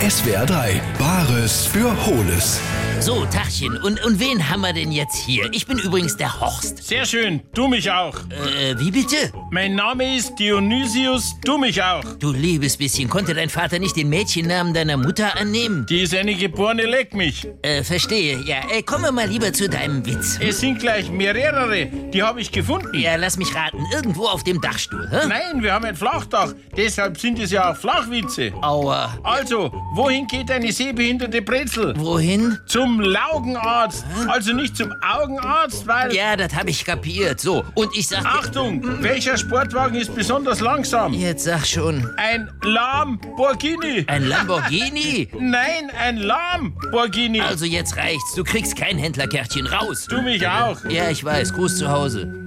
SWR 3, Bares für Hohles. So, Tachchen, und, und wen haben wir denn jetzt hier? Ich bin übrigens der Horst. Sehr schön, du mich auch. Äh, wie bitte? Mein Name ist Dionysius, du mich auch. Du liebes bisschen, konnte dein Vater nicht den Mädchennamen deiner Mutter annehmen? Die ist eine geborene Leck mich. Äh, verstehe, ja. Äh, kommen wir mal lieber zu deinem Witz. Es sind gleich mehrere, die habe ich gefunden. Ja, lass mich raten, irgendwo auf dem Dachstuhl, hä? Nein, wir haben ein Flachdach, deshalb sind es ja auch Flachwitze. Aua. Also, wohin geht eine sehbehinderte Brezel? Wohin? Zum Laugenarzt, also nicht zum Augenarzt, weil... Ja, das habe ich kapiert. So, und ich sag... Achtung, welcher Sportwagen ist besonders langsam? Jetzt sag schon. Ein Lamborghini. Ein Lamborghini? Nein, ein Lamborghini. Also jetzt reicht's. Du kriegst kein Händlerkärtchen raus. Du mich auch. Ja, ich weiß. Gruß zu Hause.